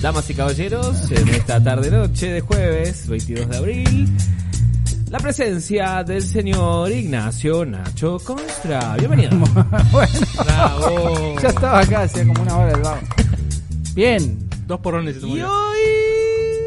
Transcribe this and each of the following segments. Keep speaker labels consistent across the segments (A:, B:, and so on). A: Damas y caballeros, en esta tarde noche de jueves 22 de abril, la presencia del señor Ignacio Nacho Constra. Bienvenido.
B: bueno,
A: Bravo.
B: ya estaba acá, hacía como una hora del lado. Bien.
C: Dos porrones se tomó
A: Y
C: ya.
A: hoy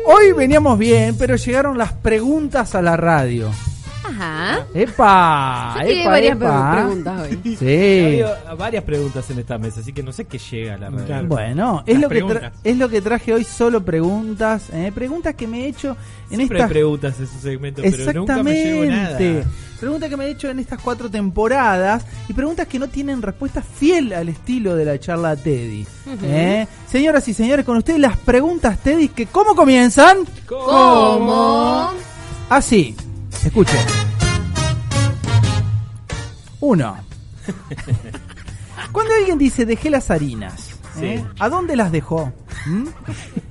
B: Hoy veníamos bien, pero llegaron las preguntas a la radio.
D: Ajá.
B: ¡Epa!
D: Tiene
B: ¡Epa,
D: varias
B: epa!
D: pre- preguntas hoy.
A: ha
B: Sí.
A: habido varias preguntas en esta mesa, así que no sé qué llega a la radio.
C: Claro.
B: Bueno, es
C: Las
B: lo, que tra-
C: preguntas.
B: es lo que traje hoy, solo preguntas. eh, preguntas que me he hecho en
A: Siempre
B: estas
A: hay preguntas en su segmento, pero nunca me
B: Exactamente.
A: llevo nada.
B: Preguntas que me he hecho en estas cuatro temporadas y preguntas que no tienen respuesta fiel al estilo de la charla Teddy. ¿Eh? Señoras y señores, con ustedes las preguntas Teddy que ¿cómo comienzan?
D: ¿Cómo?
B: Así. Escuchen. Uno. Cuando alguien dice dejé las harinas, ¿eh?
A: Sí.
B: ¿a dónde las dejó? ¿Mm?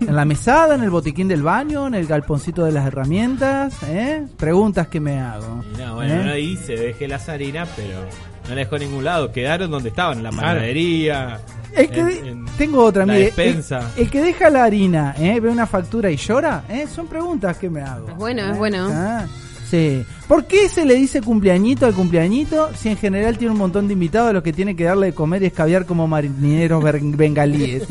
B: ¿En la mesada, en el botiquín del baño, en el galponcito de las herramientas? ¿eh? Preguntas que me hago.
A: Y no, bueno,
B: ¿eh?
A: no hice, dejé las harinas, pero no la dejó a ningún lado. Quedaron donde estaban, en la
C: Claro.
A: panadería.
B: El que
A: en-
B: de-
A: en
B: tengo otra,
A: la
B: mire. el-
A: despensa.
B: El, que deja la harina, ¿eh? ve una factura y llora, ¿eh? son preguntas que me hago.
D: Es bueno,
B: ¿eh?
D: es bueno.
B: Ah, sí. ¿Por qué se le dice cumpleañito al cumpleañito si en general tiene un montón de invitados a los que tiene que darle de comer y escabiar como marineros ber- bengalíes?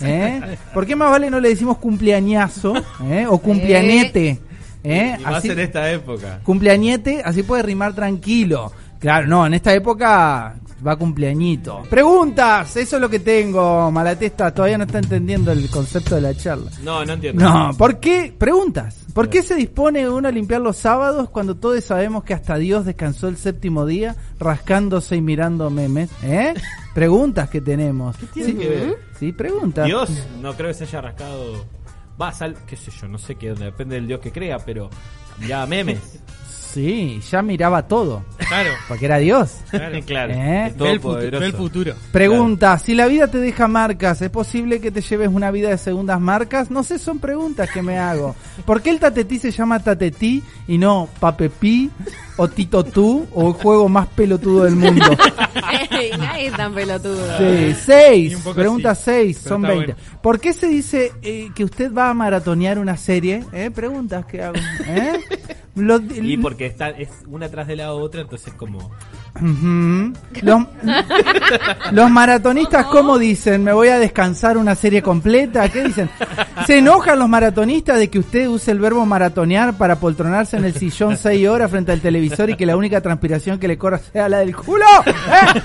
B: ¿Eh? ¿Por qué más vale no le decimos cumpleañazo ¿eh? o cumpleañete? ¿eh?
A: y más en esta época.
B: Cumpleañete, así puede rimar tranquilo. Claro, no, en esta época va cumpleañito. Preguntas, eso es lo que tengo, Malatesta, todavía no está entendiendo el concepto de la charla.
A: No, no entiendo.
B: No, ¿por qué? Preguntas. ¿Por qué se dispone uno a limpiar los sábados cuando todos sabemos que hasta Dios descansó el séptimo día rascándose y mirando memes? ¿Eh? Preguntas que tenemos.
A: tiene
B: sí,
A: que ver?
B: sí, preguntas.
A: Dios, no creo que se haya rascado. Va, sal, qué sé yo, no sé qué, depende del Dios que crea, pero ya memes.
B: Sí, ya miraba todo,
C: Claro.
B: porque era Dios.
A: Claro,
B: ¿Eh?
A: el
C: Ve el, futu-
A: todopoderoso.
C: ve el futuro.
B: Pregunta, si la vida te deja marcas, ¿es posible que te lleves una vida de segundas marcas? No sé, son preguntas que me hago. ¿Por qué el tatetí se llama tatetí y no papepí o tito tú o el juego más pelotudo del mundo?
D: Ey, Nadie es tan pelotudo.
B: Sí,
C: Y un
B: seis,
C: poco
B: pregunta
C: sí,
B: seis,
C: pero
B: son
C: está
B: 20. ¿Por qué se dice eh, que usted va a maratonear una serie? ¿Eh? Preguntas que hago. ¿eh? Lo-
A: Y porque está, es una atrás de la otra, entonces como...
B: Ujú. Los, los maratonistas, ¿cómo dicen? ¿Me voy a descansar una serie completa? ¿Qué dicen? ¿Se enojan los maratonistas de que usted use el verbo maratonear para poltronarse en el sillón seis horas frente al televisor y que la única transpiración que le corra sea la del culo? ¿Eh?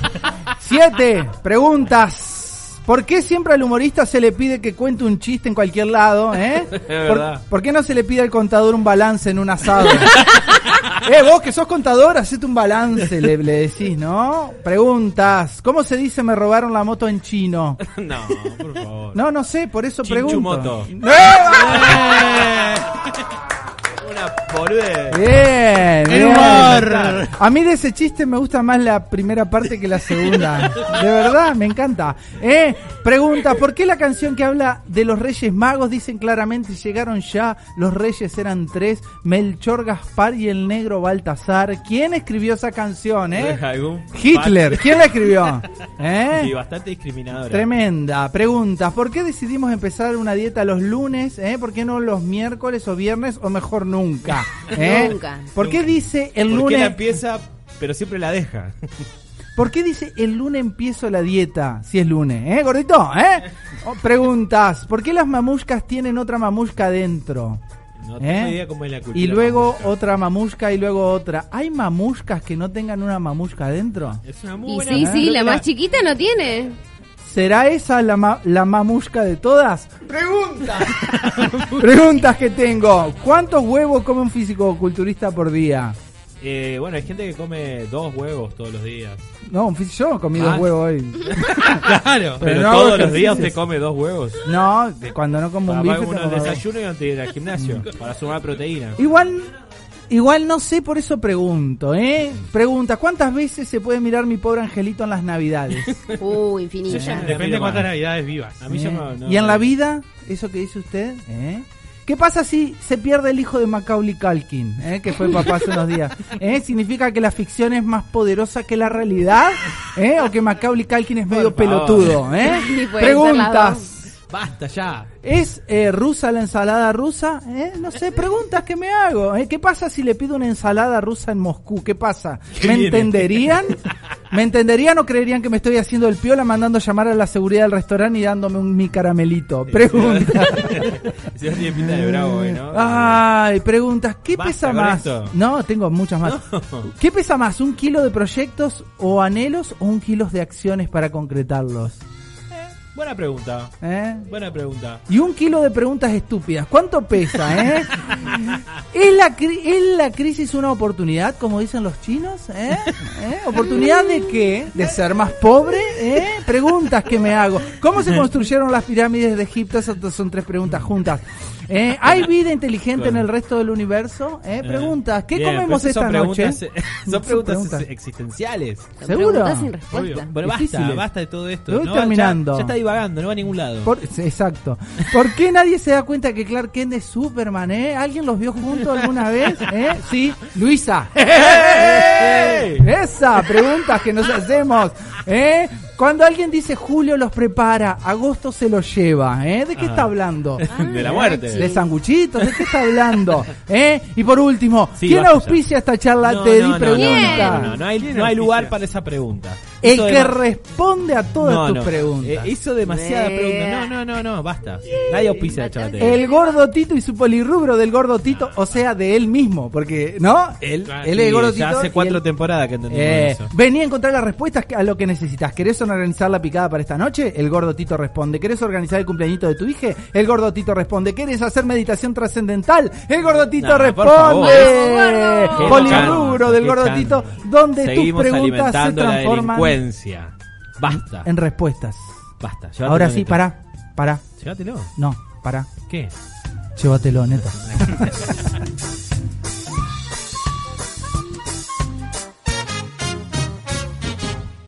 B: Siete, preguntas. ¿Por qué siempre al humorista se le pide que cuente un chiste en cualquier lado? ¿eh? ¿Por,
A: verdad.
B: ¿por qué no se le pide al contador un balance en un asado? Eh, vos que sos contador, hacete un balance, le, le decís, ¿no? Preguntas. ¿Cómo se dice me robaron la moto en chino?
A: No, por favor.
B: No, no sé, por eso pregunto.
A: Chinchumoto. Una boludez.
B: Bien,
C: El
B: bien.
C: humor.
B: A mí de ese chiste me gusta más la primera parte que la segunda. De verdad, me encanta. Eh, pregunta, ¿por qué la canción que habla de los Reyes Magos dicen claramente llegaron ya, los Reyes eran tres, Melchor, Gaspar y el negro Baltasar? ¿Quién escribió esa canción, eh?
A: Algún
B: Hitler, ¿quién la escribió?
A: pat- Y
B: ¿Eh?
A: bastante discriminadora.
B: Tremenda. Pregunta, ¿por qué decidimos empezar una dieta los lunes? eh? ¿Por qué no los miércoles o viernes o mejor nunca? eh?
D: Nunca.
B: ¿Por qué dice el
A: ¿Por qué la
B: lunes?
A: empieza, pero siempre la deja?
B: ¿Por qué dice el lunes empiezo la dieta si es lunes? ¿Eh, gordito? ¿Eh? O preguntas, ¿por qué las mamuscas tienen otra mamusca adentro?
A: No
B: ¿Eh?
A: tengo idea cómo es la cultura.
B: Y luego
A: mamusca.
B: otra mamusca y luego otra. ¿Hay mamuscas que no tengan una mamusca adentro?
A: Es una muy
D: Y
A: buena
D: sí, sí,
A: Creo
D: la
A: que
D: más chiquita no tiene.
B: ¿Será esa la, ma- la mamusca de todas? Preguntas. Preguntas que tengo. ¿Cuántos huevos come un físico culturista por día?
A: Eh, bueno, hay gente que come dos huevos todos los días.
B: No, fui- yo comí
A: Ah.
B: dos huevos hoy.
A: claro. Pero,
B: Pero no hago
A: todos los días
B: ejercicios.
A: te come dos huevos.
B: No, de cuando no como
A: Para
B: un bife.
A: uno
B: te
A: al
B: como dos.
A: desayuno y antes de ir al gimnasio. para sumar proteína.
B: Igual, igual no sé, por eso pregunto, ¿eh? Pregunta, ¿cuántas veces se puede mirar mi pobre angelito en las navidades?
D: Uh, infinito.
C: Yo ya-
A: Ah,
C: depende
A: mira,
C: de cuántas
A: man.
C: navidades vivas.
A: A mí
B: ¿Eh?
A: ya me- no-
B: ¿Y en la vida? ¿Eso que dice usted? ¿Eh? ¿Qué pasa si se pierde el hijo de Macaulay Culkin, ¿eh? que fue papá hace unos días? ¿Eh? ¿Significa que la ficción es más poderosa que la realidad? ¿Eh? ¿O que Macaulay Culkin es medio
A: Por favor.
B: pelotudo? ¿eh?
D: Sí, pueden ser las
B: Preguntas.
A: Basta ya.
B: ¿Es eh, rusa la ensalada rusa? ¿Eh? No sé, preguntas que me hago. ¿eh? ¿Qué pasa si le pido una ensalada rusa en Moscú? ¿Qué pasa?
A: ¿Qué
B: ¿Me
A: viene?
B: entenderían? ¿Me entenderían o creerían que me estoy haciendo el piola mandando llamar a la seguridad del restaurante y dándome un mi caramelito? Preguntas.
A: Si no tiene pinta de bravo, eh, ¿no?
B: Ay, preguntas. ¿Qué
A: Basta
B: pesa
A: con
B: más?
A: esto.
B: No, tengo muchas más.
A: No.
B: ¿Qué pesa más? ¿Un kilo de proyectos o anhelos o un kilo de acciones para concretarlos?
A: Buena pregunta.
B: ¿Eh?
A: Buena pregunta.
B: Y un kilo de preguntas estúpidas. ¿Cuánto pesa, eh? ¿Es la, cri- ¿Es la crisis una oportunidad, como dicen los chinos? ¿Eh? ¿Eh? ¿Oportunidad de qué? ¿De ser más pobre? ¿Eh? Preguntas que me hago. ¿Cómo se construyeron las pirámides de Egipto? Esas t- son tres preguntas juntas. ¿Eh? ¿Hay vida inteligente en el resto del universo? ¿Eh? Preguntas. ¿Qué
A: Bien,
B: comemos
A: pero
B: esta
A: son
B: noche?
A: preguntas- eh, Son preguntas, existenciales.
D: Son
B: ¿Seguro?
D: preguntas sin respuesta.
A: Obvio. Pero basta,
B: Difíciles.
A: basta de todo esto.
B: Lo voy
A: No va- ya-
B: terminando.
A: Ya, está divagando, no va a ningún lado.
B: Por- exacto. ¿Por qué nadie se da cuenta que Clark Kent es Superman, eh? ¿Alguien los vio juntos alguna vez? ¿Eh? Sí, Luisa.
A: ¡Eh!
B: Esa, preguntas que nos hacemos, ¿eh? Cuando alguien dice Julio los prepara, agosto se los lleva, ¿eh? ¿De qué está hablando?
A: Ah. De la muerte.
B: De sanguchitos, ¿de qué está hablando? ¿Eh? Y por último,
A: Sí,
B: ¿quién
A: basta ya.
B: auspicia esta charla?
A: No,
B: Te
A: no,
B: di
A: no,
B: pregunta.
A: No, no, no, no hay, no hay lugar para esa pregunta.
B: El
A: Eso
B: que
A: dema-
B: responde a todas
A: No,
B: tus
A: no.
B: preguntas.
A: Eh, hizo demasiada
D: Yeah.
A: pregunta. No, no, no, no, basta. Nadie auspicia la charla.
B: El gordo Tito y su polirrubro del gordo Tito, o sea, de él mismo, porque, ¿no?
A: él,
B: él es gordo
A: ya
B: Tito y
A: hace cuatro
B: él-
A: temporadas que entendemos
B: Eh,
A: eso.
B: vení a encontrar las respuestas a lo que necesitas. ¿Querés organizar la picada para esta noche? El gordo Tito responde. ¿Querés organizar el cumpleañito de tu hija? El gordo Tito responde. ¿Querés hacer meditación trascendental? El gordo Tito
A: Nah, por favor.
B: responde.
D: Vamos,
A: Qué
B: Polirrubro
A: chanta,
B: del
A: qué
B: gordo
A: chanta.
B: Tito, donde
A: Seguimos
B: tus preguntas se
A: alimentando la
B: transforman
A: delincuencia. Basta,
B: en respuestas.
A: basta. llévatelo,
B: Ahora sí,
A: neta.
B: pará, pará.
A: Llévatelo.
B: No, pará.
A: ¿Qué?
B: Llévatelo, neta.